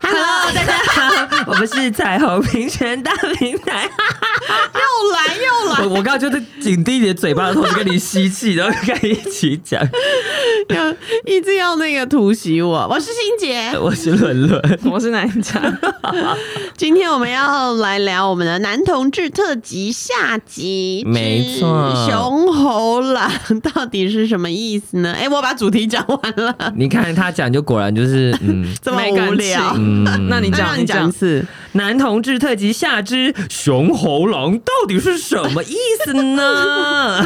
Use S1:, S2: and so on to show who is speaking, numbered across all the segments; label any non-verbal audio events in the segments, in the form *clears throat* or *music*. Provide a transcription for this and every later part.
S1: Hello，大家好，我们是彩虹平权大平台，
S2: 又来又来，
S1: 我我刚刚就是紧盯你的嘴巴的同时跟你吸气，然后跟你一起讲。
S3: 要一直要那个突袭我，我是欣杰，
S1: 我是伦伦，
S3: 我是南家。今天我们要来聊我们的男同志特辑下集，
S1: 没错
S3: 熊猴狼到底是什么意思呢？哎、我把主题讲完了， *laughs*
S1: 你看他讲就果然就是 *laughs* 嗯
S3: 这么
S4: 没感
S3: 无聊。
S4: 情
S1: 嗯，
S4: 那你
S3: 那让
S4: 讲，
S3: 你
S4: 你
S3: 讲一
S4: 讲，
S3: 次，
S1: 男同志特辑下之熊猴狼到底是什么意思呢？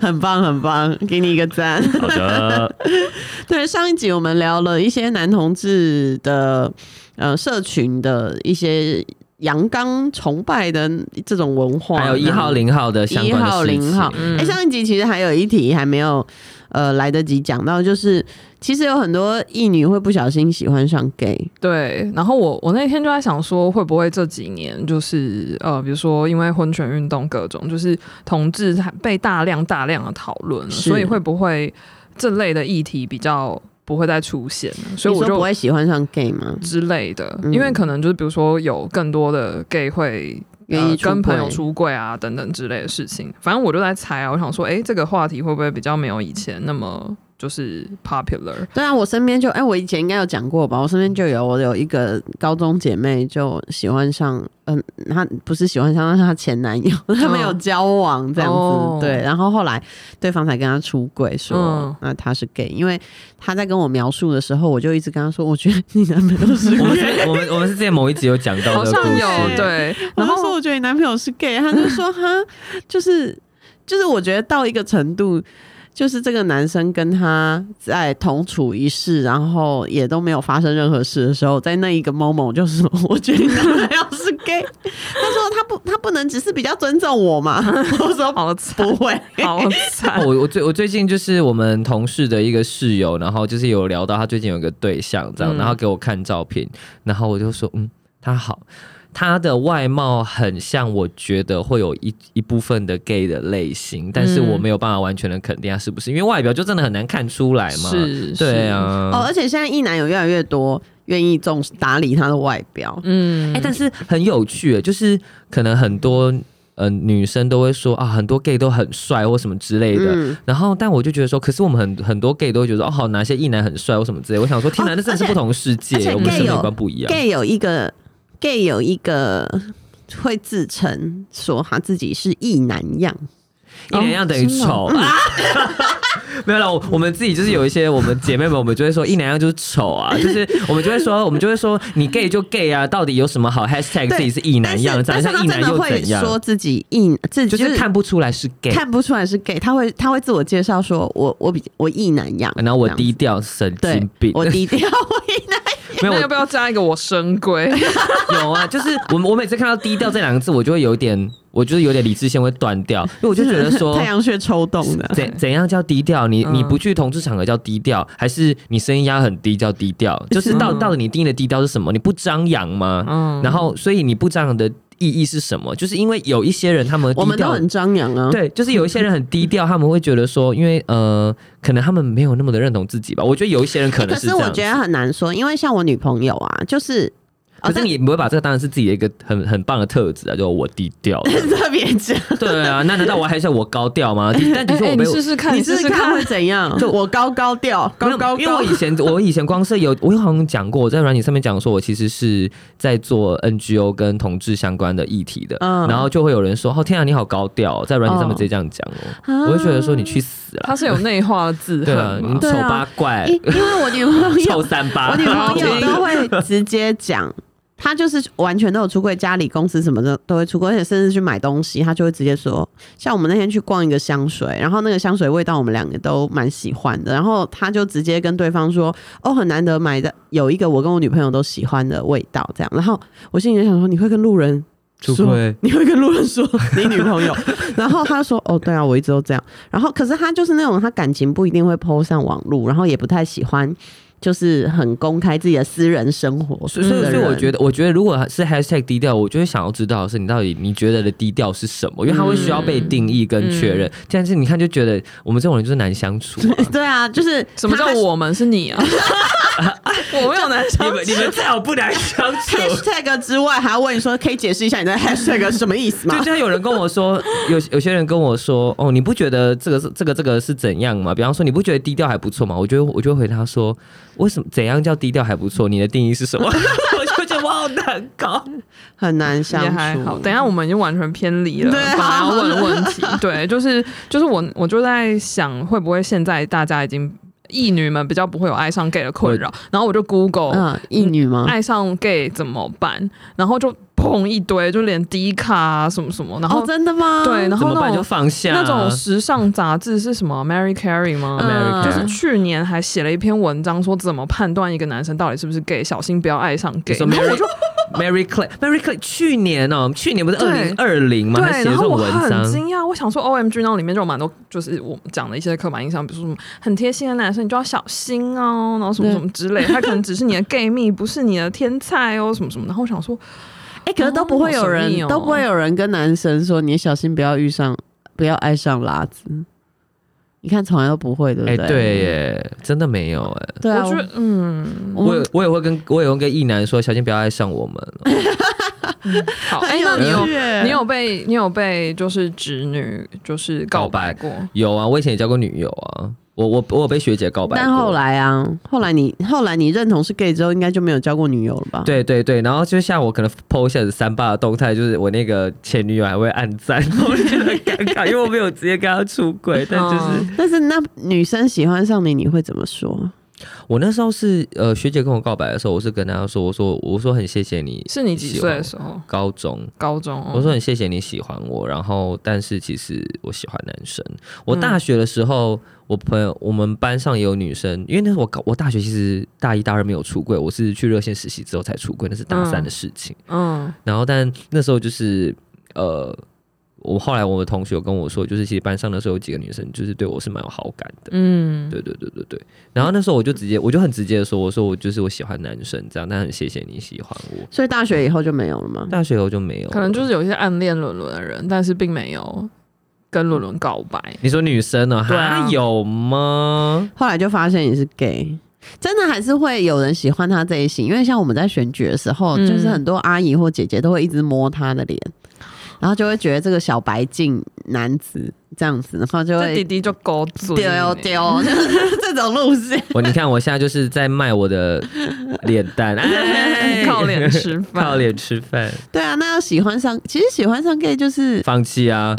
S3: 很棒很棒，给你一个赞。 *laughs*
S1: 好
S4: *laughs*
S1: 的，
S3: 对，上一集我们聊了一些男同志的呃社群的一些阳刚崇拜的这种文化，
S1: 还有一号、零号的相
S3: 一
S1: 关的
S3: 号、
S1: 事情嗯
S3: 零号。哎、上一集其实还有一题还没有呃来得及讲到，就是其实有很多异女会不小心喜欢上 gay，
S4: 对。然后我我那天就在想说，会不会这几年就是呃，比如说因为婚权运动各种，就是同志被大量大量的讨论了，
S3: 是
S4: 所以会不会这类的议题比较不会再出现了？所以
S3: 你
S4: 我
S3: 说
S4: 就
S3: 不会喜欢上 gay 吗？
S4: 之类的，
S3: 嗯
S4: 因为可能就是比如说有更多的 gay 会。
S3: 愿意出
S4: 呃跟朋友
S3: 柜
S4: 出柜啊，等等之类的事情，反正我就在猜啊，我想说，哎、这个话题会不会比较没有以前那么就是 popular？
S3: 对啊，我身边就哎、我以前应该有讲过吧，我身边就有我有一个高中姐妹就喜欢上，嗯、她不是喜欢上，是她前男友，他们有交往这样子，
S4: 哦
S3: 对，然后后来对方才跟她出轨说，
S4: 嗯
S3: 那他是 gay，因为她在跟我描述的时候，我就一直跟她说，我觉得你男朋
S4: *laughs*
S3: 友是
S1: 我们
S3: gay，
S1: 是我们我们是之前某一集有讲到
S4: 嗯好
S1: 的
S4: 像
S1: 故事，
S4: 有对，然
S3: 然后说
S4: 后
S3: 我觉得你男朋友是 gay，她就说哈，就是就是我觉得到一个程度。就是这个男生跟她在同处一室，然后也都没有发生任何事的时候，在那一个 moment 我就说，我觉得你男朋友是 gay。他说他不，他不能只是比较尊重我嘛。我说
S1: *laughs*
S4: 好惨，
S3: 不会，
S4: 好惨
S1: 哦，我我最我最近就是我们同事的一个室友，然后就是有聊到他最近有一个对象这样，
S4: 嗯
S1: 然后给我看照片，然后我就说嗯，他好，他的外貌很像我觉得会有一一部分的 gay 的类型，但是
S4: 嗯
S1: 我没有办法完全的肯定他是不是，因为外表就真的很难看出来嘛。
S4: 是，
S1: 对
S4: 是，
S1: 啊。
S3: 哦，而且现在一男有越来越多愿意重视打理他的外表，
S4: 嗯，
S1: 哎、但是很有趣，哎就是可能很多呃女生都会说啊，很多 gay 都很帅或什么之类的。
S3: 嗯
S1: 然后，但我就觉得说，可是我们很很多 gay 都会觉得说哦，好哪些异男很帅或什么之类的。我想说，天哪，
S3: 哦
S1: 那真的是
S3: 而且
S1: 不同的世界
S3: 而，且
S1: 我们
S3: gay
S1: 审美
S3: 有
S1: 观不一样。
S3: gay 有一个 gay 有一个会自称说他自己是异男样，哦
S1: 一男一样等于丑。啊 *laughs* 没有了，我我们自己就是有一些我们姐妹们，我们就会说一男一样就是丑
S3: *laughs*
S1: 啊，就是我们就会说，我们就会说你 gay 就 gay 啊，到底有什么好 hashtag
S3: 对
S1: 自己是异男样，长
S3: 但
S1: 得
S3: 是但
S1: 像
S3: 是
S1: 异
S3: 他
S1: 男
S3: 真的
S1: 又
S3: 会
S1: 怎样？
S3: 说自己异，自己
S1: 就是看不出来是 gay，
S3: 看不出来是 gay，他会他会自我介绍说我我比我异男样，
S1: 啊然后我
S3: 这样子
S1: 低调，神
S3: 对
S1: 经病，，
S3: 我低调，我异男。
S1: *laughs* 没有
S3: *laughs*
S4: 那
S1: 我
S4: 要不要加一个我深闺？
S1: 有啊，就是我我每次看到低调这两个字，我就会有一点，我就是有点理智线会断掉，因为我就觉
S3: *laughs*
S1: 得说
S3: 太。阳嗯穴抽动的，
S1: 怎怎样叫低调？你你不去同志场合叫低调，还是你声音压很低叫低调？就是到到底你定义的低调是什么？你不张扬吗？
S4: *laughs* 嗯，
S1: 然后，所以你不张扬的意义是什么？就是因为有一些人他们低
S3: 我们都
S1: 调
S3: 很张扬啊。
S1: 对，就是有一些人很低调，他们会觉得说，因为呃，可能他们没有那么的认同自己吧。我觉得有一些人可
S3: 欸，
S1: 能
S3: *laughs* 可
S1: 是
S3: 是
S1: 这
S3: 我
S1: 样
S3: 觉
S1: 子。
S3: 得很难说，因为像我女朋友啊，就是，
S1: 可是
S3: 哦
S1: 你不会把这个当成是自己的一个很很棒的特质啊，就我低调。
S3: 但 *laughs* 特别讲，
S1: 对啊，那难道我还是要我高调吗？
S3: *laughs*
S1: 的但的确
S4: 哎，
S1: 我
S4: 哎
S1: 没
S4: 你
S1: 有。
S4: 试试看，
S3: 你试试
S4: 试
S3: 看会，怎样？就我高高调，
S1: 没
S3: 高
S1: 有
S3: 高
S1: 因为
S3: 高
S1: 我。以前我以前光是有，我好像讲过，我在软体上面讲说，我其实是在做 NGO 跟同志相关的议题的，
S3: 嗯
S1: 然后就会有人说，哦天啊，你好高调哦，在软体上面直接这样讲
S3: 啊
S1: 哦，我就觉得说你去死啦，
S4: *laughs* 他是有内化的自
S1: 对啊，
S4: 恨
S1: 你
S4: 嘛。
S1: 丑
S3: 对啊
S1: 八 *laughs* 怪
S3: 因，因为我女朋友
S1: 臭三八
S3: 我女，
S1: *laughs*
S3: 朋友
S4: 好
S3: 都会直接讲，她就是完全都有出柜，家里、公司什么的都会出柜，而且甚至去买东西，她就会直接说。像我们那天去逛一个香水，然后那个香水味道我们两个都蛮喜欢的，然后她就直接跟对方说：“哦，很难得买的有一个我跟我女朋友都喜欢的味道。”这样，然后我心里就想说，你会跟路人
S1: 出
S3: 说
S1: 柜
S3: 你会跟路人 *laughs* 说你女朋友，然后他说哦，对啊，我一直都这样。然后可是他就是那种他感情不一定会 PO 上网络，然后也不太喜欢就是很公开自己的私人生活。
S1: 所以，所以
S4: 嗯
S1: 所以我觉
S3: 得
S1: 得，我觉得如果是 hashtag 低调，我就会想要知道的是你到底你觉得的低调是什么，因为它会需要
S4: 嗯
S1: 被定义跟确认。但是你看，就觉得我们这种人就是难相处、
S4: *laughs*
S1: 啊。
S3: 对啊，就是
S4: 什么叫
S3: 他
S4: 我们是你啊？ *laughs* 我没有男生，
S1: 你们你们最好不难相处。
S3: hashtag 之外，还要问你说可以解释一下你的 hashtag 是什么意思吗
S4: *laughs*
S1: *laughs* 就？像有人跟我说，有有些人跟我说，哦，你不觉得这个是这个这个是怎样吗？比方说，你不觉得低调还不错吗？我就我就回他说，为什么怎样叫低调还不错？你的定义是什么？我就觉得我好难搞。
S3: 很难
S4: *laughs*
S3: 相
S4: 也
S3: 处。
S4: 还好。等一下我们已经完全偏离了，
S3: 对啊
S4: 本来要问问题，对，就是就是我我就在想，会不会现在大家已经异女们比较不会有爱上 gay 的困扰，然后我就 Google、
S3: 嗯，一女吗？
S4: 爱上 gay 怎么办，然后就砰一堆，就连低卡、啊、什么什么，然后、
S3: 哦，真的吗？
S4: 对，然
S1: 怎
S4: 后
S1: 么办？
S4: 那
S1: 就
S4: 种。
S1: 放下啊、
S4: 那种时尚杂志是什么？Mary Carey 吗？
S3: 嗯
S1: America
S4: 就是去年还写了一篇文章，说怎么判断一个男生到底是不是 gay，小心不要爱上 gay。
S1: 什
S4: 然
S1: 么
S4: 后我就
S1: Mary Clay，Mary Clay 去年哦、去年不是二
S4: 对
S1: 零二零吗？他写
S4: 对，然
S1: 这
S4: 后
S1: 种
S4: 我
S1: 文
S4: 很
S1: 章，
S4: 惊讶，我想说 O M G，然后里面就有蛮多就是我们讲的一些刻板印象，比如说什么很贴心的男生你就要小心哦，然后什么
S3: 对
S4: 什么之类，他可能只是你的 gay 蜜，不是你的天菜哦，什么什么。然后我想说，
S3: 哎、可是都不会有
S4: 哦好神
S3: 人、
S4: 秘哦
S3: 都不会有人跟男生说你小心不要遇上，不要爱上拉子。你看从来都不会，对
S1: 哎、
S3: 不对？
S1: 对耶，真的没有哎、
S3: 对啊，
S4: 我觉得嗯，
S3: 我
S1: 我
S3: 们
S1: 也我也会跟我也会跟意男说，小心不要爱上我们哦、
S3: *laughs*
S4: 好，哎、
S3: 很
S4: 那
S3: 有
S4: 你有
S3: 趣耶
S4: 你有被你有被就是直女就是告白过？
S1: 有啊，我以前也交过女友啊，我我我有被学姐告白过，
S3: 但后来啊，后来你后来你认同是 gay 之后，应该就没有交过女友了吧？，
S1: 对对对，然后就像我可能 PO 一下子三八的动态，就是我那个前女友还会暗赞， *laughs* 我就觉得很尴尬，因为我没有直接跟她出
S3: *laughs*
S1: 轨，但就是
S4: 嗯
S3: 但是那女生喜欢上你，你会怎么说？
S1: 我那时候是呃学姐跟我告白的时候，我是跟她说，我说我说很谢谢你，
S4: 是你几岁的时候？
S1: 高中。
S4: 高中、哦？
S1: 我说很谢谢你喜欢我，然后但是其实我喜欢男生。我
S4: 嗯
S1: 大学的时候，我朋友我们班上也有女生，因为那时候我高我大学其实大一大二没有出柜，我是去热线实习之后才出柜，那是大三的事情。
S4: 嗯
S1: 然后但那时候就是呃，我后来我的同学有跟我说，就是其实班上的时候有几个女生就是对我是蛮有好感的。
S4: 嗯，
S1: 对对对对对，然后那时候我就直接，我就很直接的说，我说我就是我喜欢男生这样，但很谢谢你喜欢我。
S3: 所以大学以后就没有了吗？
S1: 大学我就没有了，
S4: 嗯可能就是有一些暗恋伦伦的人，但是并没有跟伦伦告白。
S1: 你说女生呢、哦
S4: 对啊
S1: 还有吗？
S3: 后来就发现你是 gay，真的还是会有人喜欢他这一型，因为像我们在选举的时候，
S4: 嗯
S3: 就是很多阿姨或姐姐都会一直摸他的脸，然后就会觉得这个小白净男子这样子，然后就
S4: 这弟
S3: 会
S4: 弟就勾嘴，
S3: 丢丢， *laughs* 就是这种路线。
S1: 我你看，我现在就是在卖我的脸
S3: *laughs*
S1: 蛋，哎
S4: 靠脸吃
S1: *laughs*
S4: 饭
S1: 靠脸吃饭，
S3: 对啊，那要喜欢上，其实喜欢上 gay 就是
S1: 放弃啊！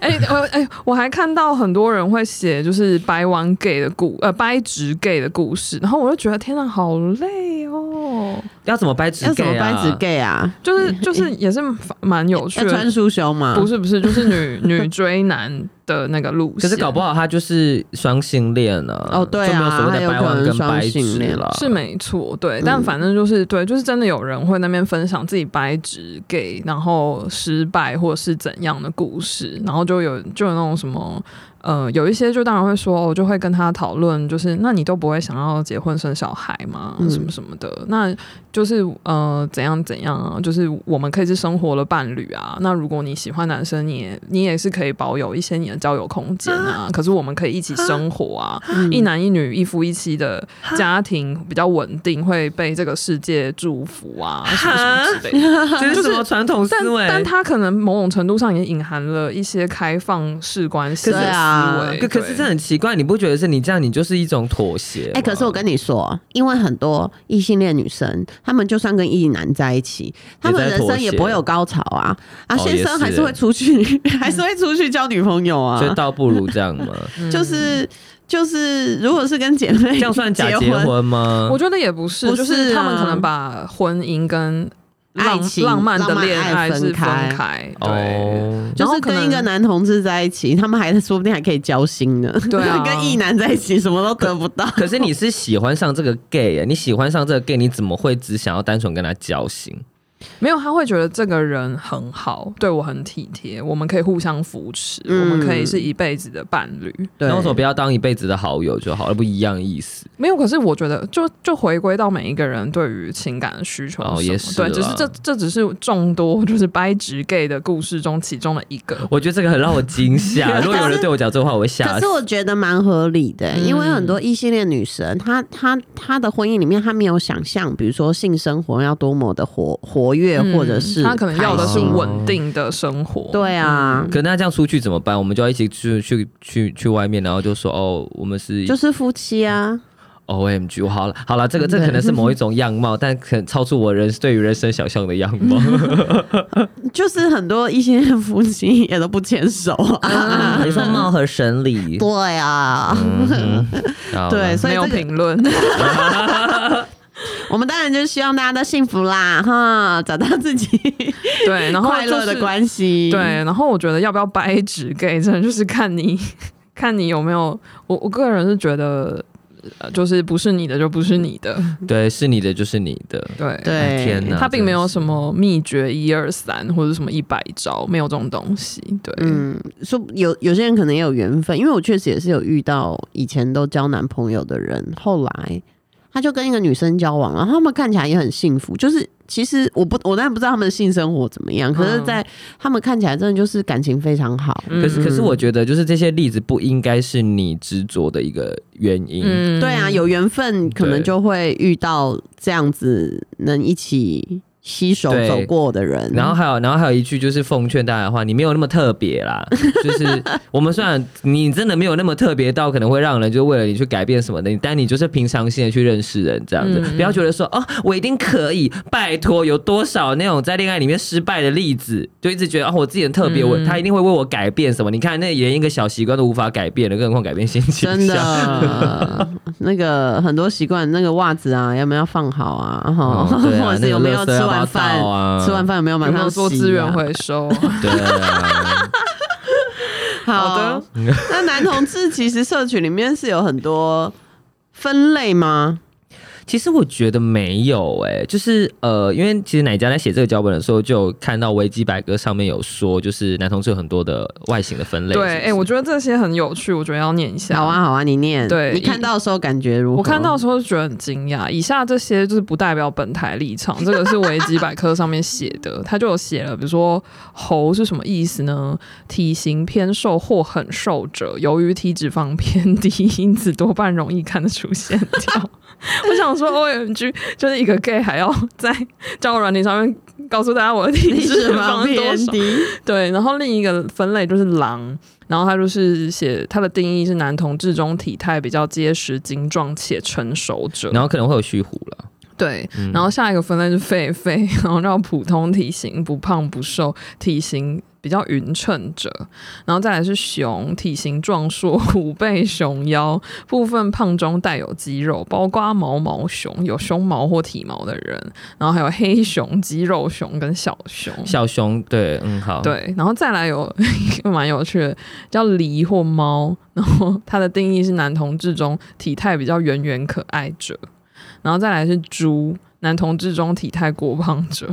S4: 哎、我哎、我还看到很多人会写就是掰弯 gay 的故呃掰直 gay 的故事，然后我就觉得天哪，好累哦。
S1: 要怎么掰直
S3: 要
S1: gay
S3: 怎么
S1: 啊？
S3: 掰直 gay 啊？
S4: 就是
S3: *laughs*
S4: 就是也是蛮有趣
S3: 要穿
S4: 的，
S3: 束胸吗？
S1: 嗯
S4: 不是不是，就是
S1: *laughs*
S4: 女女追男的那个路
S1: 可
S4: 线，
S1: 是搞不好他就是双性恋呢、
S3: 哦对啊
S1: 就没有所谓的掰弯跟掰
S3: 他有可能双
S1: 直
S3: 性恋
S1: 了。
S4: 是没错，
S1: 嗯
S4: 对，但反正就是对，就是真的有人会那边分享自己掰直 gay，然后失败或是怎样的故事，然后就有就有那种什么。呃，有一些就当然会说，我哦就会跟他讨论，就是那你都不会想要结婚生小孩吗？
S3: 嗯
S4: 什么什么的，那就是呃怎样怎样啊，就是我们可以是生活的伴侣啊。那如果你喜欢男生，你也你也是可以保有一些你的交友空间啊。可是我们可以一起生活啊，一男一女一夫一妻的家庭比较稳定，会被这个世界祝福啊，什么什么之类的。
S1: 这是什么传统
S4: 但
S1: 思维？
S4: 但他可能某种程度上也隐含了一些开放式关系的
S3: 可是
S4: 思维。
S3: 啊
S1: 可可是
S4: 对
S1: 这很奇怪，你不觉得是你这样，你就是一种妥协吗？
S3: 哎、可是我跟你说，因为很多异性恋女生，她们就算跟异男在一起，她们
S1: 也在
S3: 人
S1: 妥
S3: 生也不会
S1: 协
S3: 有高潮啊啊！
S1: 哦
S3: 先
S1: 也
S3: 生还
S1: 是
S3: 是会
S1: 欸
S3: 出
S1: *laughs*
S3: 去，还是会出去交女朋友啊
S1: 所以，倒不如这样嘛，
S3: *laughs* 就是就是，如果是跟姐妹
S1: 这样算假结
S3: 婚，
S1: 婚吗哦
S4: 我？觉得也不是，
S3: 不
S4: 就是是他们
S3: 啊
S4: 可能把婚姻跟浪
S3: 爱情
S4: 浪漫的
S3: 浪漫
S4: 恋
S3: 爱
S4: 爱是
S3: 分
S4: 分
S3: 开
S4: 开，对。
S1: 哦，
S4: 然
S3: 就是
S4: 后可
S3: 跟一个
S4: 能
S3: 男同志在一起，他们还说不定还可以交心呢。
S4: 对啊
S3: *laughs* 跟异男在一起什么都得不到。
S1: 可是你是喜欢上这个 gay，耶你喜欢上这个 gay，你怎么会只想要单纯跟他交心？
S4: 没有，他会觉得这个人很好，对我很体贴，我们可以互相扶持，
S3: 嗯
S4: 我们可以是一辈子的伴侣。
S3: 对，
S1: 那为什么不要当一辈子的好友就好了？不一样意思。
S4: 没有，可是我觉得就就回归到每一个人对于情感的需求
S1: 哦
S4: 什么
S1: 也是
S4: 对，只
S1: 啦
S4: 是这这只是众多就是掰直 gay 的故事中其中的一个。
S1: 我觉得这个很让我惊
S3: *laughs*
S1: 吓。如果有人对我讲这话，我会吓
S3: 可是
S1: 死。
S3: 我觉得蛮合理的、欸因
S4: 嗯
S3: 为很多异性恋女生，她她她的婚姻里面，她没有想象，比如说性生活要多么的活活跃，
S4: 嗯
S3: 或者是
S4: 他可能要的
S3: 开
S4: 是嗯
S3: 心
S4: 稳定的生活，
S3: 对啊，
S1: 可那这样出去怎么办？我们就要一起去去去去外面，然后就说哦，我们是哦
S3: 就是夫妻啊，
S1: O M G，好了好了，这个这可能是某一种样貌，但可能超出我人对于人生想象的样
S3: *laughs*
S1: 貌。
S3: 就是很多异性恋夫妻也都不牵手 *laughs* 啊，
S1: 你说貌合神离，
S3: 对啊，
S1: 嗯哼好啦
S3: *laughs* 对，所以
S4: 没有
S3: 这个
S4: 评论。 *laughs*
S3: 我们当然就是希望大家都幸福啦，哈，找到自己
S4: 对，
S3: *laughs*
S4: 然后
S3: 快乐
S4: 就
S3: 的
S4: 是
S3: 关系，
S4: 对，，哎然后我觉得要不要掰直 gay，真的就是看你 *laughs* 看你有没有。我我个人是觉得，呃就是不是你的就不是你的，
S1: 对，是你的就是你的。
S4: 对。
S3: 对，
S1: 天哪
S4: 他并没有什
S1: 么。
S4: 么秘诀一二三或者什么一百招，没有这种东西。对，
S3: 嗯，说有有些人可能也有缘分，因为我确实也是有遇到以前都交男朋友的人，后来他就跟一个女生交往，然后他们看起来也很幸福，就是其实我不我当然不知道他们的性生活怎么样，可是，
S4: 嗯
S3: 在他们看起来真的就是感情非常好，
S1: 可是，可
S4: 嗯
S1: 是我觉得，就是这些例子不应该是你执着的一个原因。
S4: 嗯
S3: 对啊，有缘分可能
S1: 对
S3: 就会遇到这样子能一起携手
S1: 对
S3: 走过的人，
S1: 然后还有，然后还有一句就是奉劝大家的话，你没有那么特别
S4: *laughs*
S1: 啦。就是我们虽然你真的没有那么特别到可能会让人就为了你去改变什么的，但你就是平常心的去认识人这样子，
S4: 嗯
S1: 不要觉得说哦，我一定可以。拜托，有多少那种在恋爱里面失败的例子，就一直觉得哦，我自己很特别，我
S4: 嗯
S1: 他一定会为我改变什么？你看，那连一个小习惯都无法改变了，更何况改变心情？
S3: 真的，那个很多习惯，那个袜子啊，有没有要放好啊？哈、 *laughs*
S1: 哦对啊
S3: 或者是有没有吃
S1: 那个垃圾要不要倒
S3: 完饭
S1: 啊
S3: 吃完饭有没有马
S4: 有没有
S3: 上
S4: 做
S3: 洗啊
S4: 资源回收？
S1: 对
S3: *laughs*
S1: 啊。
S3: 好
S4: 好啊的。
S3: *laughs* 那男同志其实社群里面是有很多分类吗？
S1: 其实我觉得没有诶、就是呃，因为其实奶家在写这个脚本的时候，就有看到维基百科上面有说，就是男同志有很多的外形的分类。
S4: 对，
S1: 是
S4: 哎、
S1: 不是
S4: 我觉得这些很有趣，我觉得要念一下。
S3: 好啊，好啊，你念。
S4: 对
S3: 你看到的时候感觉如何？
S4: 我看到的时候就觉得很惊讶。以下这些就是不代表本台立
S3: *laughs*
S4: 场，这个是维基百科上面写的，他就有写了，比如说猴是什么意思呢？体型偏瘦或很瘦者，由于体脂肪偏低，因此多半容易看得出线
S3: *laughs*
S4: 条。我想说，O M G，就是一个 gay 还要在交友软体上面告诉大家我的体
S3: 你
S4: 脂
S3: 脂
S4: 肪
S3: 肪
S4: 是多
S3: 偏
S4: 少。 *laughs*
S3: 低，
S4: 对，然后另一个分类就是狼，然后它就是写它的定义是男同志中体态比较结实、精壮且成熟者。
S1: 然后嗯可能会有蓄胡了，
S4: 对，然后下一个分类是狒狒，然后叫普通体型，不胖不瘦，体型比较匀称者。然后再来是熊，体型壮硕，虎背熊腰，部分胖中带有肌肉，包括毛毛熊，有胸毛或体毛的人。然后还有黑熊、肌肉熊跟小熊。
S1: 小胸对，嗯好，，
S4: 对，然后再来有 *laughs* 一个蛮有趣的，叫狸或猫，然后它的定义是男同志中体态比较圆圆可爱者，然后再来是猪，男同志中体态过胖者，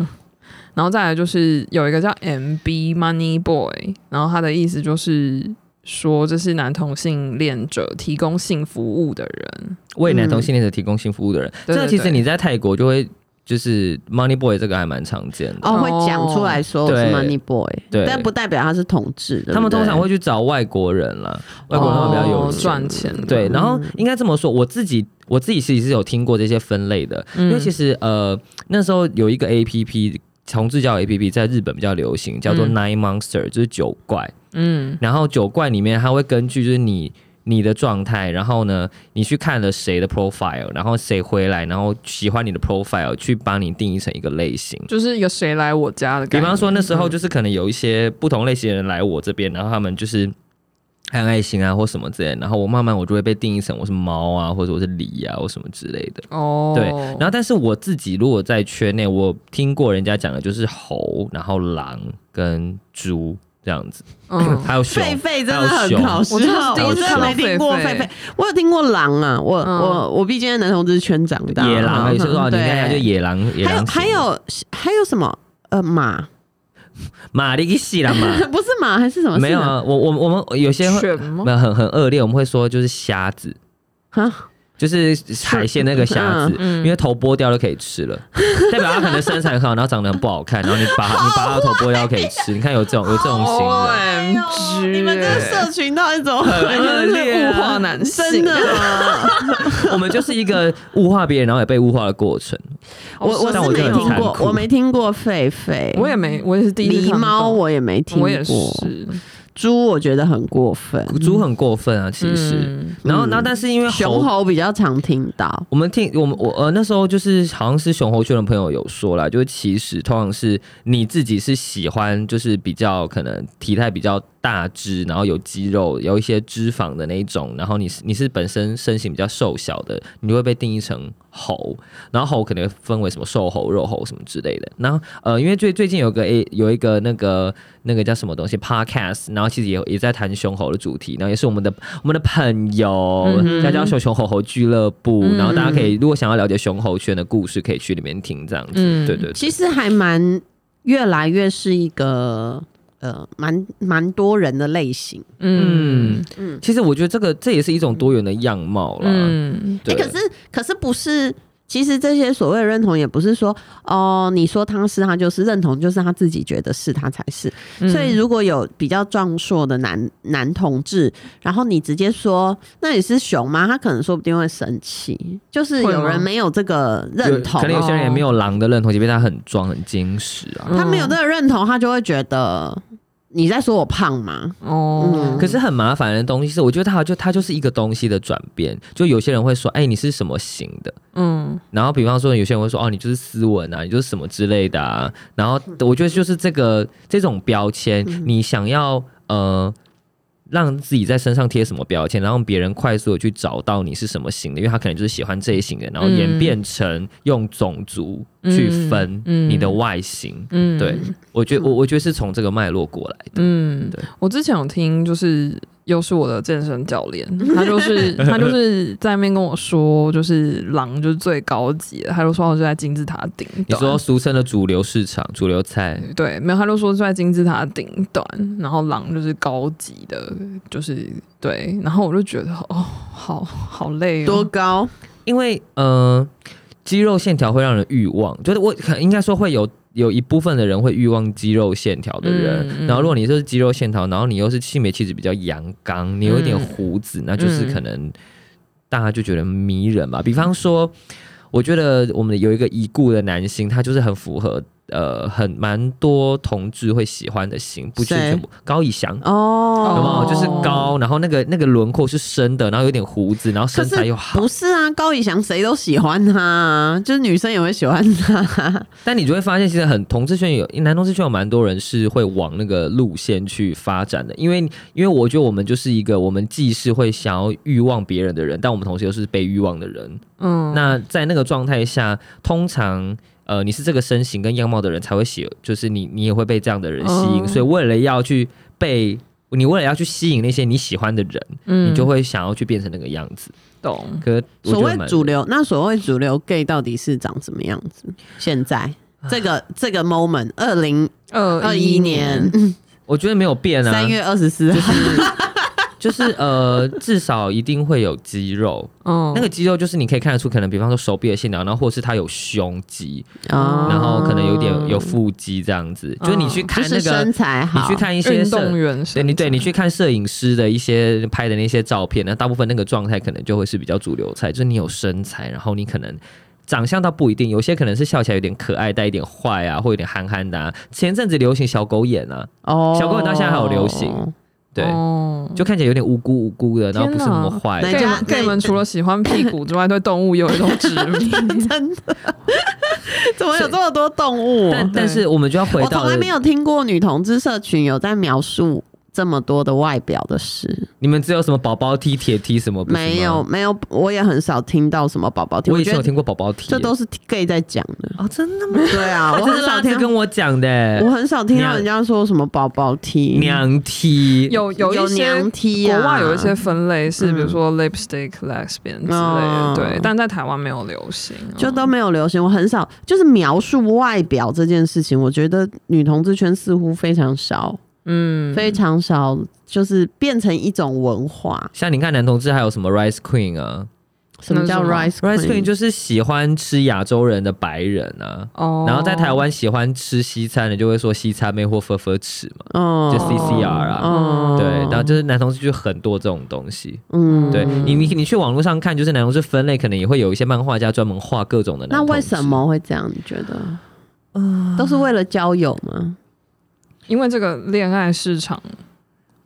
S4: 然后再来就是有一个叫 MB Money Boy，然后他的意思就是说这是男同性恋者提供性服务的人，
S1: 为男同性恋者提供性服务的
S3: 嗯
S1: 人，
S4: 对对
S1: 这个其实
S4: 对
S1: 你在泰国就会就是 Money Boy 这个还蛮常见的。
S3: 哦，会讲出来说我是
S1: 对
S3: money boy，
S1: 对
S3: 但不代表他是同志的。
S1: 他们
S3: 对
S1: 通
S3: 不对
S1: 常会去找外国人啦，外国人会比较有
S4: 哦
S1: 钱
S4: 赚钱的，
S1: 对，然后应该这么说，我自己我自己其实是有听过这些分类的，
S4: 嗯
S1: 因为其实呃那时候有一个 A P P 同志交友 A P P 在日本比较流行，叫做
S4: 嗯
S1: Nine Monster，、就是九怪。
S4: 嗯
S1: 然后九怪里面它会根据就是你你的状态，然后呢你去看了谁的 profile，然后谁回来，然后喜欢你的 profile，去帮你定义成一个类型。
S4: 就是一个谁来我家的
S1: 比
S4: 概念，
S1: 方说那时
S3: 嗯
S1: 候就是可能有一些不同类型的人来我这边，然后他们就是很爱心啊或什么之类的，然后我慢慢我就会被定义成我是猫啊，或者我是狸啊或什么之类的。
S4: 哦，
S1: 对，然后但是我自己如果在圈内，我听过人家讲的就是猴，然后狼跟猪，这样子，*laughs*
S4: 嗯，
S1: 还有熊，
S3: 狒狒真
S1: 还有
S3: 的很
S1: 熊
S3: 好笑，
S4: 我真的是第
S3: 我
S4: 一次
S3: 真的
S4: 看到
S3: 没听过
S4: 狒
S3: 狒
S4: 狒
S3: 狒，我有听过狼啊，我
S4: 嗯
S3: 我我毕竟在男同志圈长大，嗯
S1: 野狼，
S3: *laughs*
S1: 有些说啊，你
S3: 对
S1: 刚才就野狼，野
S3: 还有
S1: 狼
S3: 还有还有什么呃马，
S1: 马力系啦马，
S3: 不是马还是 *laughs* 什么？
S1: 没有啊，我我我们有些会
S4: 犬吗
S1: 没？有很很恶劣，我们会说就是虾子，
S3: 啊，
S1: 就是海鲜那个虾子，
S4: 嗯嗯
S1: 因为头剥掉就可以吃了， *laughs* 代表他可能身材很好，然后长得很不好看，然后你把
S4: *laughs*
S1: 你把他的头剥掉可以吃，你看有这种有这种行
S4: 哦
S1: 为。
S4: 哎 OMG！
S3: 你们这个社群到底怎么
S4: 很恶劣啊物化男性
S3: 真的啊，
S1: 我们就是一个物化别人，然后也被物化的过程。
S3: 我 *laughs* 我
S1: 但
S3: 是
S1: 我
S3: 没
S1: 觉得很
S3: 听
S1: 残
S3: 过，
S1: 酷
S3: 我没听过狒狒，
S4: 我也没，我也是第一次
S3: 狸
S4: 看到
S3: 猫，我也没听过，
S4: 我也是，
S3: 猪我觉得很过分，
S1: 猪很过分啊，其实。
S4: 嗯
S1: 然后，
S3: 嗯
S1: 然后但是因为
S3: 熊猴比较常听到，
S1: 我们听我们我呃那时候就是好像是熊猴圈的朋友有说啦，就是其实通常是你自己是喜欢就是比较可能体态比较大只，然后有肌肉有一些脂肪的那一种，然后你是你是本身身形比较瘦小的，你就会被定义成猴，然后猴可能会分为什么瘦猴、肉猴什么之类的。然后呃，因为最最近有个 A 有一个那个那个叫什么东西 podcast，然后其实也也在谈熊猴的主题，然后也是我们的我们的朋友
S4: 嗯哼
S1: 大家熊熊猴猴俱乐部，
S4: 嗯
S1: 然后大家可以如果想要了解熊猴圈的故事，可以去里面听这样子。
S4: 嗯
S1: 对对对，
S3: 其实还蛮越来越是一个呃蛮蛮多人的类型。
S4: 嗯
S1: 嗯嗯，其实我觉得这个这也是一种多元的样貌啦。
S4: 嗯，
S3: 哎、
S1: 对，
S3: 可是可是不是？其实这些所谓的认同，也不是说哦，你说他是他就是认同，就是他自己觉得是他才是。
S4: 嗯
S3: 所以如果有比较壮硕的男男同志，然后你直接说那你是熊吗？他可能说不定会生气，就是
S4: 会吗
S3: 有人没有这个
S1: 有
S3: 认同
S1: 可，能有些人也
S4: 哦
S1: 没有狼的认同，即便他很壮很坚实啊。
S4: 嗯
S3: 他没有这个认同，他就会觉得你在说我胖吗？
S4: 哦
S3: 嗯，
S1: 可是很麻烦的东西是，我觉得它好就它就是一个东西的转变。就有些人会说，哎、你是什么型的？
S4: 嗯
S1: 然后比方说，有些人会说，哦，你就是斯文啊，你就是什么之类的啊。然后我觉得就是这个这种标签，
S4: 嗯
S1: 你想要呃让自己在身上贴什么标签，然后让别人快速的去找到你是什么型的，因为他可能就是喜欢这一型人，然
S4: 嗯
S1: 后演变成用种族去分
S4: 嗯嗯
S1: 你的外形。
S4: 嗯，
S1: 对，我觉得我我觉得是从这个脉络过来的。
S4: 嗯
S1: 对，
S4: 我之前有听，就是又是我的健身教练，他就是
S1: *laughs*
S4: 他就是在那边跟我说，就是狼就是最高级的，他就说我就在金字塔顶
S1: 你
S4: 端。
S1: 说俗称的主流市场、主流菜，
S4: 对，没有，他就说在金字塔顶端，然后狼就是高级的，就是对，然后我就觉得哦，好好累、哦，
S3: 多高？
S1: 因为呃，肌肉线条会让人欲望，就是我可应该说会有有一部分的人会欲望肌肉线条的人，
S4: 嗯嗯
S1: 然后如果你就是肌肉线条，然后你又是性别气质比较阳刚，你有一点胡子，那就是可能大家就觉得迷人嘛。比方说，我觉得我们有一个已故的男星，他就是很符合。呃，很蛮多同志会喜欢的型，不是
S3: 谁
S1: 全部。高以翔，有没
S3: 哦
S1: 有？就是高，然后那个那个轮廓是深的，然后有点胡子，然后
S3: 可
S1: 身
S3: 是
S1: 材又好
S3: 不。是啊，高以翔谁都喜欢他啊，就是女生也会喜欢他。啊
S1: 但你就会发现，其实很同志圈有男同志圈有蛮多人是会往那个路线去发展的，因为因为我觉得我们就是一个，我们既是会想要欲望别人的人，但我们同时又是被欲望的人。
S4: 嗯，
S1: 那在那个状态下，通常。呃，你是这个身形跟样貌的人才会喜，就是你，你也会被这样的人吸引，
S4: 哦
S1: 所以为了要去被，你为了要去吸引那些你喜欢的人，
S4: 嗯
S1: 你就会想要去变成那个样子。
S4: 懂，
S1: 可是 *laughs* 我觉
S3: 所
S1: 得
S3: 谓
S1: 蛮
S3: 主流，那所谓主流 gay 到底是长什么样子？现在这个这个 moment，二零
S4: 二
S3: 二一年
S1: 我觉得没有变啊，
S3: 三月二十四
S1: 就
S3: 号，
S1: 是就是呃，至少一定会有肌肉，
S4: 嗯，
S1: 那个肌肉就是你可以看得出，可能比方说手臂的线条，然后或是它有胸肌，
S3: 哦
S1: 然后可能有点有腹肌这样子，就是你去看
S3: 就是
S1: 那个，
S3: 身材
S1: 你
S3: 好，
S1: 去看一些
S4: 运
S1: 摄
S4: 动员，
S1: 对你对你去看摄影师的一些拍的那些照片，那大部分那个状态可能就会是比较主流菜，就是你有身材，然后你可能长相倒不一定，有些可能是笑起来有点可爱，带一点坏啊，或有点憨憨的、啊。前阵子流行小狗眼啊，
S3: 哦
S1: 小狗到现在还有流行。对，
S4: 哦
S1: 就看起来有点无辜无辜的，然后不是那么坏
S3: 天哪。
S4: gay
S3: 人家
S4: 们 gay 们除了喜欢屁股之外，对动物也有一种执迷。
S3: *laughs* 真的？ *laughs* 怎么有这么多动物啊？
S1: 但但是我们就要回
S3: 我
S1: 到
S3: 从来没有听过女同志社群有在描述这么多的外表的事，
S1: 你们只有什么宝宝踢、铁踢什么？不是吗
S3: 没有，没有，我也很少听到什么宝宝听，
S1: 我以
S3: 觉
S1: 前
S3: 得
S1: 有听过宝宝踢，
S3: 这都是 gay 在讲的。
S1: *laughs* 哦，真的吗？
S3: 对啊，
S1: 这
S3: 我
S1: 是
S3: 很
S1: 拉
S3: 少
S1: 子
S3: 听，
S1: 跟我讲
S3: 我
S1: 的，
S3: 很少听到
S1: 娘
S3: 人家说什么宝宝踢，
S1: 娘踢
S4: 有有
S3: 有
S4: 一些
S3: 娘踢啊
S4: 国外有一些分类是，比如
S3: 嗯
S4: 说 lipstick lesbian 之类
S3: 哦
S4: 的，对，但在台湾没有流行，
S3: 就
S4: 嗯
S3: 都没有流行。我很少就是描述外表这件事情，我觉得女同志圈似乎非常少，
S4: 嗯
S3: 非常少，就是变成一种文化。
S1: 像你看男同志还有什么 Rice Queen 啊
S3: 什么
S4: 那是
S3: 叫
S4: 什么
S3: rice
S1: ，Rice Queen
S3: queen？
S1: 就是喜欢吃亚洲人的白人啊。
S4: 哦，
S1: 然后在台湾喜欢吃西餐的，就会说西餐妹或分分吃嘛，
S3: 哦
S1: 就 CCR 啊，
S4: 嗯
S3: 哦
S1: 对，然后就是男同志就很多这种东西，
S3: 嗯
S1: 对你你你去网络上看，就是男同志分类，可能也会有一些漫画家专门画各种的男
S3: 那
S1: 同志
S3: 为什？么会这样？你觉得？都是为了交友吗？
S4: 因为这个恋爱市场，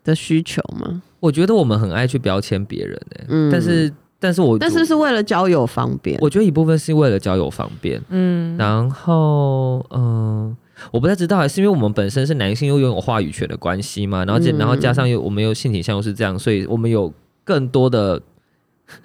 S3: 的需求吗？
S1: 我觉得我们很爱去标签别人哎、
S3: 嗯
S1: 但是但是我
S3: 但是是为了交友方便。
S1: 我觉得一部分是为了交友方便，
S4: 嗯，
S1: 然后嗯、我不太知道欸，是因为我们本身是男性又拥有话语权的关系嘛，然后这、
S3: 嗯
S1: 然后加上又我们又性倾向又是这样，所以我们有更多的 *laughs*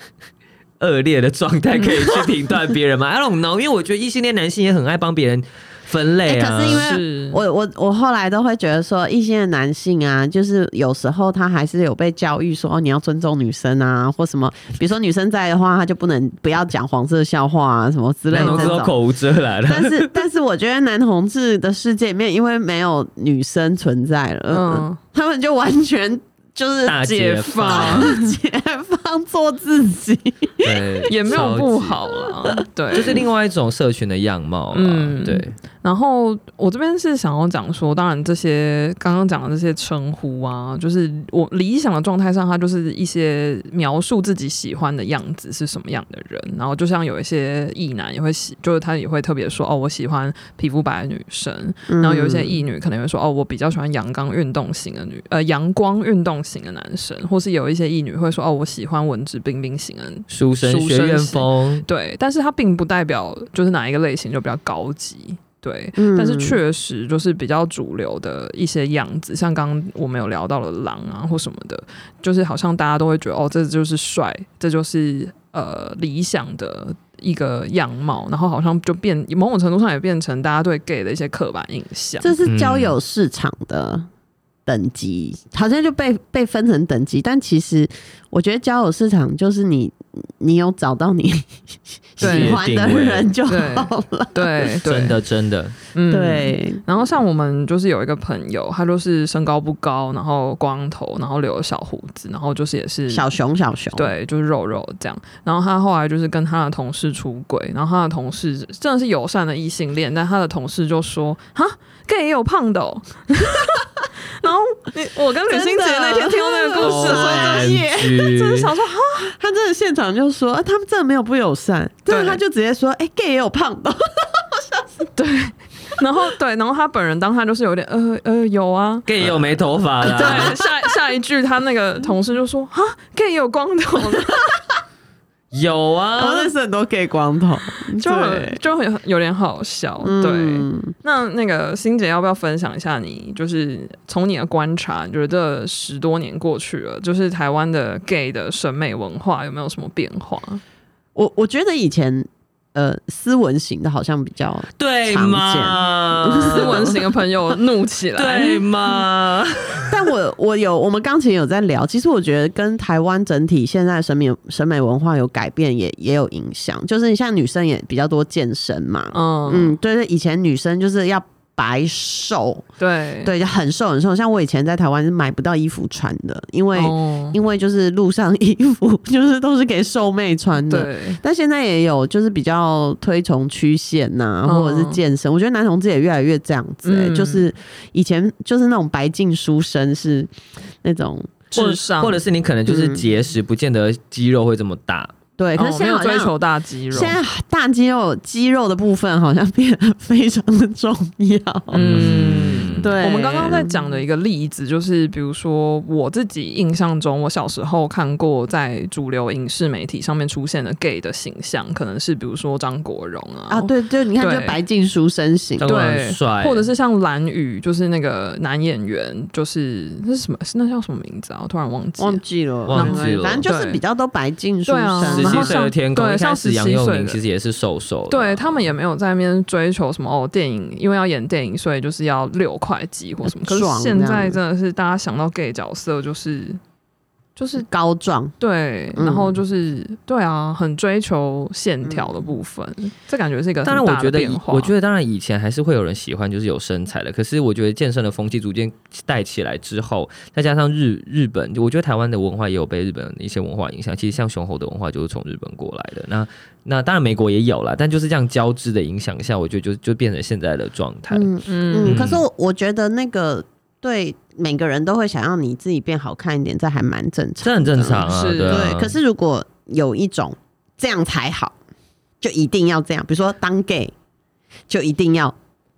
S1: 恶劣的状态可以去评断别
S3: *laughs*
S1: 人嘛。I don't know，因为我觉得异性恋男性也很爱帮别人分类啊。
S3: 欸可是因为
S4: 是
S3: 我我我后来都会觉得说，异性的男性啊，就是有时候他还是有被教育说，哦，你要尊重女生啊，或什么，比如说女生在的话，他就不能不要讲黄色笑话啊，什么之类
S1: 男
S3: 的
S1: 同
S3: 这
S1: 志都
S3: 种。
S1: 口无遮拦了。
S3: 但是，但是我觉得男同志的世界里面，因为没有女生存在了，
S4: 嗯
S3: 他们就完全就是
S1: *laughs* 大
S4: 解
S1: 解
S4: 放
S3: 解 *laughs* 放做自己。 *laughs*
S1: 对，
S4: 也没有
S1: 超
S4: 不
S1: 级，
S4: 好啦，对，
S1: 就是另外一种社群的样貌嗯，
S4: 嗯
S1: 对，
S4: 然后我这边是想要讲说，当然这些刚刚讲的这些称呼啊，就是我理想的状态上，它就是一些描述自己喜欢的样子是什么样的人。然后就像有一些异男也会喜，就是他也会特别说哦，我喜欢皮肤白的女生。然后有一
S3: 嗯
S4: 些异女可能会说哦，我比较喜欢阳刚运动型的女，呃，阳光运动型的男生，或是有一些异女会说哦，我喜欢文质彬彬型的
S1: 书生
S4: 书
S1: 学
S4: 生
S1: 院
S4: 型
S1: 风，
S4: 对，但是它并不代表就是哪一个类型就比较高级，对。
S3: 嗯
S4: 但是确实就是比较主流的一些样子，像刚刚我们有聊到的狼啊或什么的，就是好像大家都会觉得哦，这就是帅，这就是呃理想的一个样貌，然后好像就变某种程度上也变成大家对 gay 的一些刻板印象。
S3: 这是交友市场的等级，好像就被被分成等级，但其实我觉得交友市场就是你你有找到你喜
S4: 对
S3: 欢的人就
S4: 对
S3: 好了。
S1: *laughs*
S4: 对，哎对
S1: 真，的真的，
S4: 嗯。
S3: 对，
S4: 然后像我们就是有一个朋友，他就是身高不高，然后光头，然后留小胡子，然后就是也是
S3: 小熊小熊，，
S4: 对，就是肉肉这样。然后他后来就是跟他的同事出轨，然后他的同事真的是友善的异性恋，但他的同事就说：“哈，gay 也有胖的、哦。” *laughs* 然后你我跟吕欣洁那天听到那个故事的时候，
S3: 真的
S1: OMG
S4: 真的想说：“哈，
S3: 他真的现场就说，啊他们真的没有不友善，真的
S4: 对
S3: 他就直接说，哎、g a y 也有
S4: *laughs*
S3: 胖的，
S4: 然后对，然后他本人当他就是有点呃呃有啊。
S1: gay 也有没头发的、
S4: 对， *laughs* 下下一句他那个同事就说：“哈，gay 也有光头的。”
S1: 有
S3: 然后
S1: 啊，
S3: 认识很多 gay 光头，
S4: 嗯就很
S3: 对嗯
S4: 就很有点好笑，对。那那个欣姐要不要分享一下你，就是从你的观察，你觉得十多年过去了，就是台湾的 gay 的审美文化有没有什么变化？
S3: 嗯我我觉得以前呃斯文型的好像比较
S1: 对吗？
S4: 斯文型的朋友怒起
S3: *laughs*
S4: 来，
S1: *laughs* 对吗？
S3: 但我我有我们钢琴有在聊，其实我觉得跟台湾整体现在审美审美文化有改变也也有影响，就是你像女生也比较多健身嘛，
S4: 嗯
S3: 嗯，对对，以前女生就是要白瘦，
S4: 对
S3: 对，就很瘦很瘦，像我以前在台湾是买不到衣服穿的，因为、
S4: 哦
S3: 因为就是路上衣服 *laughs* 就是都是给瘦妹穿的，
S4: 对，
S3: 但现在也有，就是比较推崇曲线呐、
S4: 嗯
S3: 或者是健身。我觉得男同志也越来越这样子、欸
S4: 嗯
S3: 就是以前就是那种白净书生是那种
S4: 智商
S1: 或者是你可能就是节食，不见得肌肉会这么大。
S3: 对，可
S4: 哦
S3: 是
S4: 没
S3: 现在
S4: 有
S3: 好
S4: 追
S3: 像、
S4: 求大肌肉，
S3: 现在大肌肉肌肉的部分好像变得非常的重要。
S4: 嗯。
S3: 对，
S4: 我们刚刚在讲的一个例子，就是比如说我自己印象中，我小时候看过在主流影视媒体上面出现的 gay 的形象，可能是比如说张国荣啊，
S3: 啊，对，就你看，
S4: 对
S3: 就白净书身形
S1: 张，国荣很帅，
S4: 或者是像蓝宇，就是那个男演员，就是那是什么？是那叫什么名字啊？我突然忘记了
S3: 忘。记了，
S1: 忘记了
S3: 反正就是
S4: 对
S3: 比较都白净书
S4: 对啊
S3: 身
S1: 十
S4: 然
S3: 嘛
S4: 后
S1: 七岁的天空，
S4: 对
S1: 一开
S4: 像
S1: 始杨
S4: 17
S1: 佑
S4: 岁
S1: 宁
S4: 的
S1: 其实也是瘦瘦的，
S4: 对他们也没有在那边追求什么哦，电影因为要演电影，所以就是要六块肌或什么。可是
S3: 爽
S4: 现
S3: 这样
S4: 在
S3: 子
S4: 真的是大家想到 gay 角色就是就是
S3: 高壮，
S4: 对，
S3: 嗯
S4: 然后就是、对啊，很追求线条的部分，这感觉是一个
S1: 嗯当然，
S4: 很
S1: 我
S4: 大的
S1: 觉得以
S4: 变化。
S1: 我觉得当然以前还是会有人喜欢，就是有身材的。可是我觉得健身的风气逐渐带起来之后，再加上日日本，我觉得台湾的文化也有被日本一些文化影响。其实像熊猴的文化就是从日本过来的。那那当然美国也有啦，但就是这样交织的影响下，我觉得就就变成现在的状态。
S3: 嗯
S4: 嗯
S3: 嗯，可是我我觉得那个对每个人都会想要你自己变好看一点，这还蛮正常的，
S1: 这很正常啊，
S4: 是
S1: 对啊
S3: 对，可是如果有一种这样才好，就一定要这样，比如说当 gay 就一定要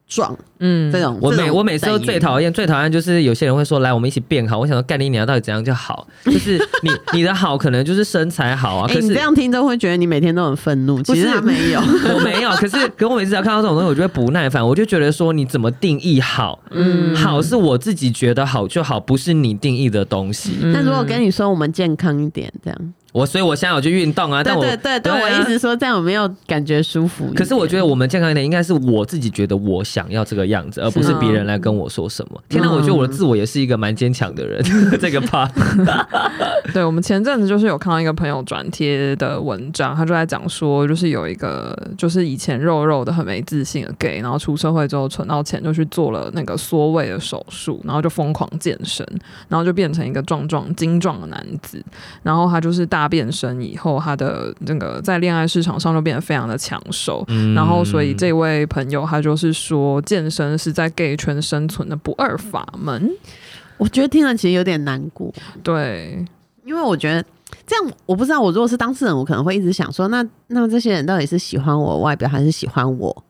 S3: 壮
S4: 嗯
S3: 这种，
S1: 我
S3: 这
S1: 每
S3: 种
S1: 我每次都
S3: 等于
S1: 最讨厌最讨厌就是有些人会说来我们一起变好，我想说干你娘到底怎样就好，就是你你的好可能就是身材好啊，
S3: *laughs* 哎、
S1: 可
S3: 你
S1: 是
S3: 这样听众会觉得你每天都很愤怒，
S1: 不
S3: 其
S1: 是嗯
S3: 实他没
S1: *laughs*
S3: 有。
S1: 我没有，可是可我每次只要看到这种东西，我就会不耐烦，我就觉得说你怎么定义好？
S3: 嗯
S1: 好是我自己觉得好就好，不是你定义的东西。
S4: 嗯
S3: 那如果跟你说我们健康一点，这样，
S1: 我所以我现在有去运动啊，
S3: 对
S1: 但我
S3: 对对对，
S1: 啊
S3: 我一直说这样有没有感觉舒服一点？
S1: 可是我觉得我们健康一点，应该是我自己觉得我想要这个样子，而不是别人来跟我说什么。天哪，我觉得我的自我也是一个蛮坚强的人。 *laughs* 这个 part
S4: 对，我们前阵子就是有看到一个朋友转贴的文章，他就在讲说，就是有一个就是以前肉肉的很没自信的 gay，然后出社会之后存到钱就去做了那个缩胃的手术，然后就疯狂健身，然后就变成一个壮壮精壮的男子。然后他就是大变身以后，他的那个在恋爱市场上就变得非常的抢手。
S1: 嗯
S4: 然后，所以这位朋友他就是说，健身是在 gay 圈生存的不二法门。
S3: 我觉得听了其实有点难过，
S4: 对，
S3: 因为我觉得这样，我不知道，我如果是当事人，我可能会一直想说，那那这些人到底是喜欢我外表，还是喜欢我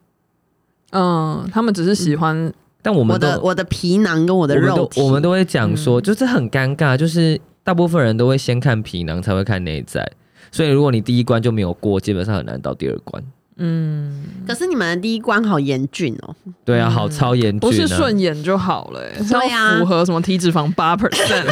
S4: 嗯，他们只是喜欢
S1: 但我
S3: 我
S1: 们都
S3: 的我的皮囊跟我的
S1: 我们
S3: 肉
S1: 都
S3: 体？
S1: 我们都会讲说，
S4: 嗯
S1: 就是很尴尬，就是大部分人都会先看皮囊，才会看内在。所以如果你第一关就没有过，基本上很难到第二关。
S4: 嗯，
S3: 可是你们的第一关好严峻哦、
S1: 对啊，好超严峻、啊，
S4: 不是顺眼就好了、
S1: 嗯
S4: 欸，是
S3: 对啊
S4: 要符合什么体脂肪八
S1: *laughs*
S4: percent。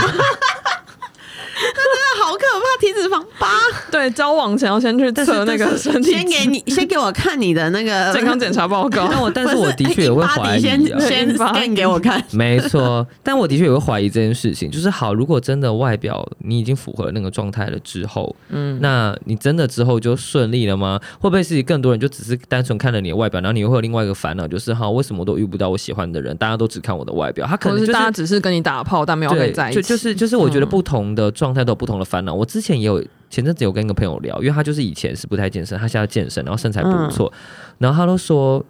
S3: 好可怕！体脂肪八，
S4: 对，交往前要先去
S3: 但是
S4: 测那
S3: 但
S4: 个
S3: 是
S4: 身体
S3: 先
S1: *laughs*
S3: 给你，先给我看你的那
S4: *laughs*
S3: 个
S4: 健康检查报
S3: *laughs*
S4: 告。
S1: 但我但是
S3: 不
S1: 我的确也
S4: *laughs*
S1: 会
S3: *laughs*
S1: 怀疑、
S3: 哎
S1: 啊
S3: 你。先
S1: *laughs*
S3: 先
S4: 对
S3: scan 给我看。
S1: 没错，但我的确也会怀疑这件事情。就是好，如果真的外表你已经符合那个状态了之后，嗯，那你真的之后就顺利了吗？会不会是更多人就只是单纯看了你的外表，然后你会有另外一个烦恼，就是哈，为什么我都遇不到我喜欢的人？大家都只看我的外表，他可
S4: 或
S1: 能就是
S4: 者
S1: 是
S4: 大家只是跟你打炮，但没有跟
S1: 对，
S4: 你在一起。
S1: 就
S4: 嗯
S1: 就是就是，我觉得不同的状态都有不同的烦恼。我之前也有前阵子有跟一个朋友聊，因为他就是以前是不太健身，他现在健身，然后身材不错，
S4: 嗯
S1: 然后他都说。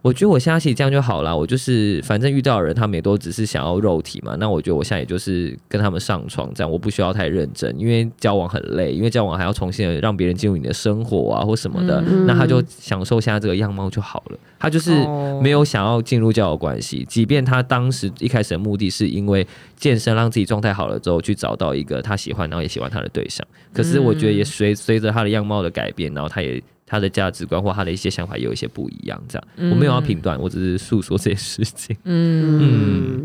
S1: 我觉得我现在其实这样就好了，我就是反正遇到的人，他们也都只是想要肉体嘛。那我觉得我现在也就是跟他们上床这样，我不需要太认真，因为交往很累，因为交往还要重新地让别人进入你的生活啊或什么的。
S3: 嗯
S1: 那他就享受现在这个样貌就好了。他就是
S4: 哦
S1: 没有想要进入交友关系，即便他当时一开始的目的是因为健身让自己状态好了之后，去找到一个他喜欢，然后也喜欢他的对象。可是我觉得也
S3: 嗯
S1: 随随着他的样貌的改变，然后他也他的价值观或他的一些想法也有一些不一样。这样，我没有要评断，我只是诉说这些事情。
S4: 嗯，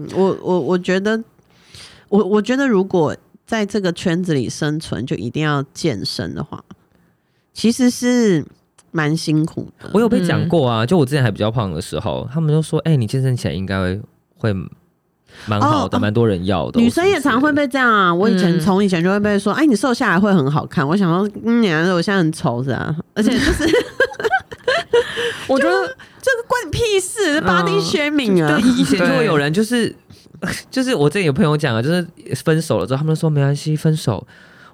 S3: 嗯，我我我觉得，我我觉得如果在这个圈子里生存，就一定要健身的话，其实是蛮辛苦的。
S1: 我有被讲过啊，就我之前还比较胖的时候，他们就说：“哎、你健身起来应该会蛮好的，
S3: 哦
S1: 蛮、多人要的。”
S3: 女生也常会被这样啊！我以前
S4: 嗯
S3: 从以前就会被说，哎，你瘦下来会很好看。我想说，嗯，你还是我现在很丑是啊，而且就是
S4: 我觉得
S3: 关你屁事，body
S4: 嗯
S3: shaming
S1: *laughs*
S3: 啊
S1: 对，！以前就会
S4: 对
S1: 有人就是， *laughs* 就是我之前有朋友讲啊，就是分手了之后，他们说没关系，分手，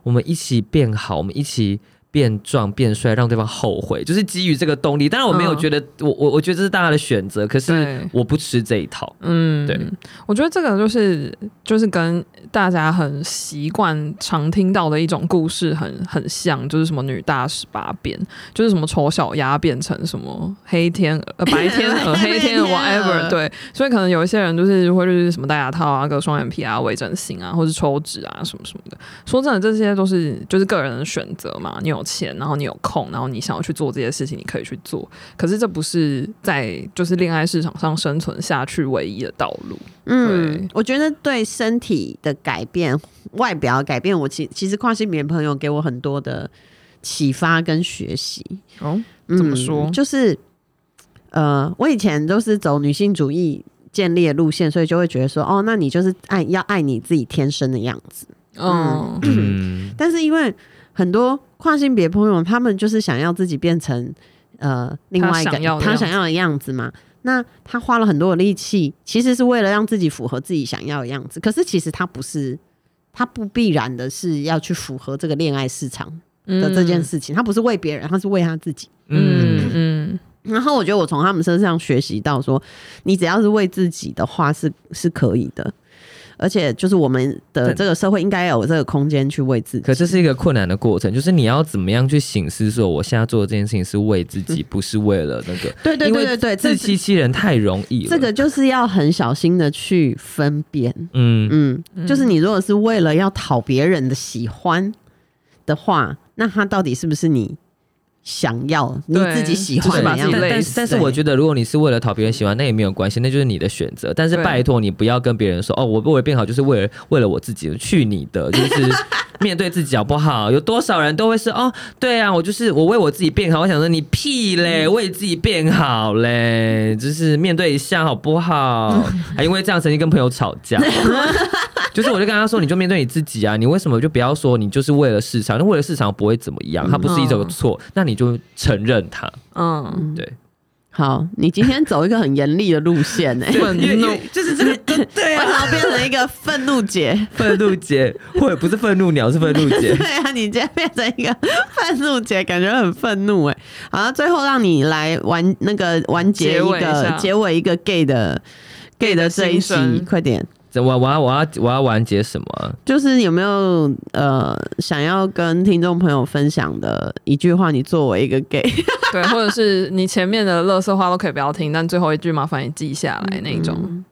S1: 我们一起变好，我们一起变壮变帅，让对方后悔，就是基于这个动力。当然，我没有
S4: 嗯
S1: 觉得，我我我觉得这是大家的选择，可是
S4: 对
S1: 我不吃这一
S4: *clears throat*
S1: 套。
S4: 嗯，
S1: 对，
S4: 我觉得这个就是就是跟大家很习惯常听到的一种故事很很像，就是什么女大十八变，就是什么丑小鸭变成什么黑天 *laughs* 呃白天鹅、黑天鹅啊
S3: 黑天鹅
S4: whatever，对，所以可能有一些人就是会就是什么戴牙套啊、割双眼皮啊、微整形啊，或是抽脂啊什么什么的。说真的，这些都是就是个人的选择嘛，你有钱，然后你有空，然后你想要去做这些事情，你可以去做。可是这不是在就是恋爱市场上生存下去唯一的道路。
S3: 嗯
S4: 对，
S3: 我觉得对身体的改变、外表的改变，我其其实跨性别朋友给我很多的启发跟学习。
S4: 哦，怎么说
S3: 嗯就是呃，我以前都是走女性主义建立的路线，所以就会觉得说，哦，那你就是爱要爱你自己天生的样子。
S4: 嗯，
S1: 嗯，
S3: 但是因为很多跨性别朋友，他们就是想要自己变成呃另外一
S4: 他
S3: 个
S4: 想要的
S3: 他
S4: 样子
S3: 想要的样子嘛。那他花了很多的力气，其实是为了让自己符合自己想要的样子。可是其实他不是，他不必然的是要去符合这个恋爱市场的这件，事情。他不是为别人，他是为他自己。
S4: 嗯嗯
S3: 然后我觉得我从他们身上学习到说，你只要是为自己的话是是可以的，而且就是我们的
S1: 但
S3: 这个社会应该有这个空间去为自己。
S1: 可这是一个困难的过程，就是你要怎么样去醒思，说我现在做的这件事情是为自
S4: *laughs*
S1: 己，不是为了那
S4: 哎
S1: 个。
S3: 对对
S1: 因为
S3: 对对对，
S1: 自
S3: 这
S1: 欺欺人太容易了。
S3: 这个，就是要很小心的去分辨。
S1: 嗯，
S3: 嗯，就是你如果是为了要讨别人的喜欢的话，那他到底是不是你想要你
S4: 对
S3: 自己喜
S4: 就是
S3: 欢
S4: 把
S3: 的
S4: 自
S3: 样
S4: 己
S3: 子？
S1: 但
S4: 累
S1: 但
S4: 死
S1: 但是我觉得，如果你是为了讨别人喜欢，那也没有关系，那就是你的选择。但是
S4: 对
S1: 拜托你不要跟别人说哦，我为了变好就是为了为了我自己，去你的，就是 *laughs* 面对自己好不好？有多少人都会是哦，对啊，我就是我为我自己变好。我想说你屁嘞，为自己变好嘞，就是面对一下好不好？ *laughs* 还因为这样曾经跟朋友吵架。 *laughs* 就是我就跟他说，你就面对你自己啊，你为什么就不要说你就是为了市场？那为了市场不会怎么样，它不是一种
S4: 嗯
S1: 错，那你就承认它。
S4: 嗯，
S1: *laughs*
S3: 嗯
S1: 对。
S3: 好，你今天走一个很严厉的路线呢、
S1: *laughs*
S3: 欸，
S4: 愤怒
S3: 就是这个对 *laughs* 啊，为什么变成一个愤怒姐？
S1: 愤怒姐，或者不是愤怒鸟，是愤怒姐。 *laughs*
S3: 对啊，你今天变成一个愤怒姐，感觉很愤怒哎、好，那最后让你来完那个完结
S4: 结
S3: 一
S4: 尾一
S3: 个
S4: 下
S3: 结尾一个 gay 的 gay 的这一集
S4: 心声，
S3: 快点！
S1: 这我我要我要我要完结什么啊？
S3: 就是有没有呃想要跟听众朋友分享的一句话？你作为一个 gay，
S4: 对，或者是你前面的乐色话都可以不要听，但最后一句麻烦你记下来那
S3: 嗯
S4: 种。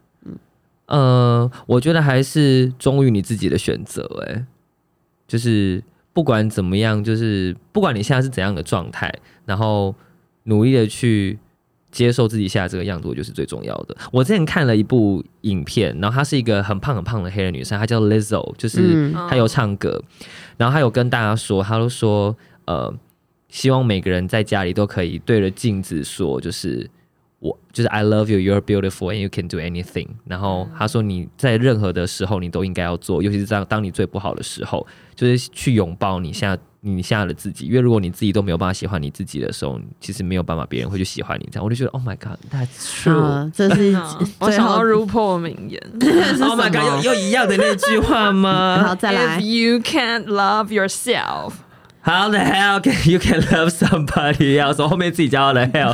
S1: 呃，我觉得还是忠于你自己的选择，哎，就是不管怎么样，就是不管你现在是怎样的状态，然后努力的去接受自己现在这个样子，我觉得是最重要的。我之前看了一部影片，然后她是一个很胖很胖的黑人女生，她叫 Lizzo，就是
S3: 嗯
S1: 她有唱歌，然后她有跟大家说，她都说，呃，希望每个人在家里都可以对着镜子说，就是我就是 I love you, you're beautiful, and you can do anything。然后他说你在任何的时候你都应该要做，尤其是当当你最不好的时候，就是去拥抱你现在你现在的自己，因为如果你自己都没有办法喜欢你自己的时候，其实没有办法别人会去喜欢你。这样我就觉得 Oh my God, that's true.、 *laughs*
S3: 啊，这是
S4: 嗯我
S3: 最
S4: 想到
S3: 后
S4: RuPaul 的名言
S1: oh my
S3: 什么
S1: God，又又一样的那句话
S3: 然后
S1: 吗
S3: 再来
S4: ：If you can't love yourself。 *laughs*
S1: ？How the hell can you can love somebody else？我后面自己加了
S4: *laughs*
S1: hell。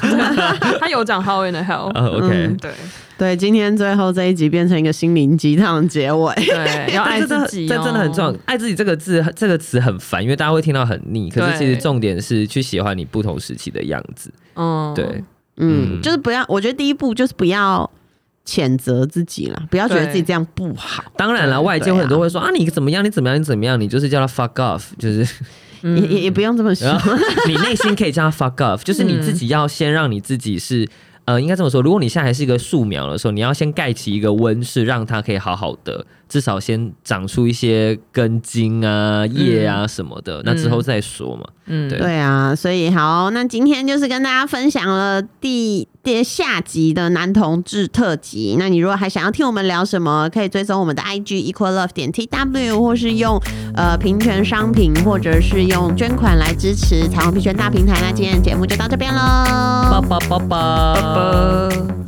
S4: 他有讲 How in the Hell，、
S1: 呃 OK，、
S3: 嗯
S4: 对
S3: 对，今天最后这一集变成一个心灵鸡汤的结尾。
S4: 对，
S1: *laughs*
S4: 要
S1: 但
S4: 爱
S1: 这真的
S4: 自己、哦，
S1: 这真的很重要。爱自己这个字，这个词很烦，因为大家会听到很腻。可是
S4: 对
S1: 其实重点是去喜欢你不同时期的样子。
S4: 嗯，
S1: 对，
S3: 嗯，
S1: 嗯
S3: 就是不要，我觉得第一步就是不要谴责自己啦，不要觉得
S4: 对
S3: 自己这样不好，
S1: 当然了，外界
S3: 对啊
S1: 会很多会说啊，你怎么样，你怎么样，你怎么样，你就是叫他 fuck off，就是
S4: 嗯，
S3: 也也也不用这么说
S1: 然。
S3: *laughs*
S1: 后 *laughs* 你内心可以叫他 fuck off，就是你自己要先让你自己是。呃，应该这么说，如果你现在还是一个树苗的时候，你要先盖起一个温室，让它可以好好的，至少先长出一些根茎啊、叶啊什么的，那之后再说嘛。
S4: 嗯，
S1: 对
S3: 对啊，所以好，那今天就是跟大家分享了第第下集的男同志特辑。那你如果还想要听我们聊什么，可以追踪我们的 IG equal love 点 tw，或是用呃平权商品，或者是用捐款来支持彩虹平权大平台。那今天的节目就到这边喽，
S1: 拜拜拜拜。
S4: 呃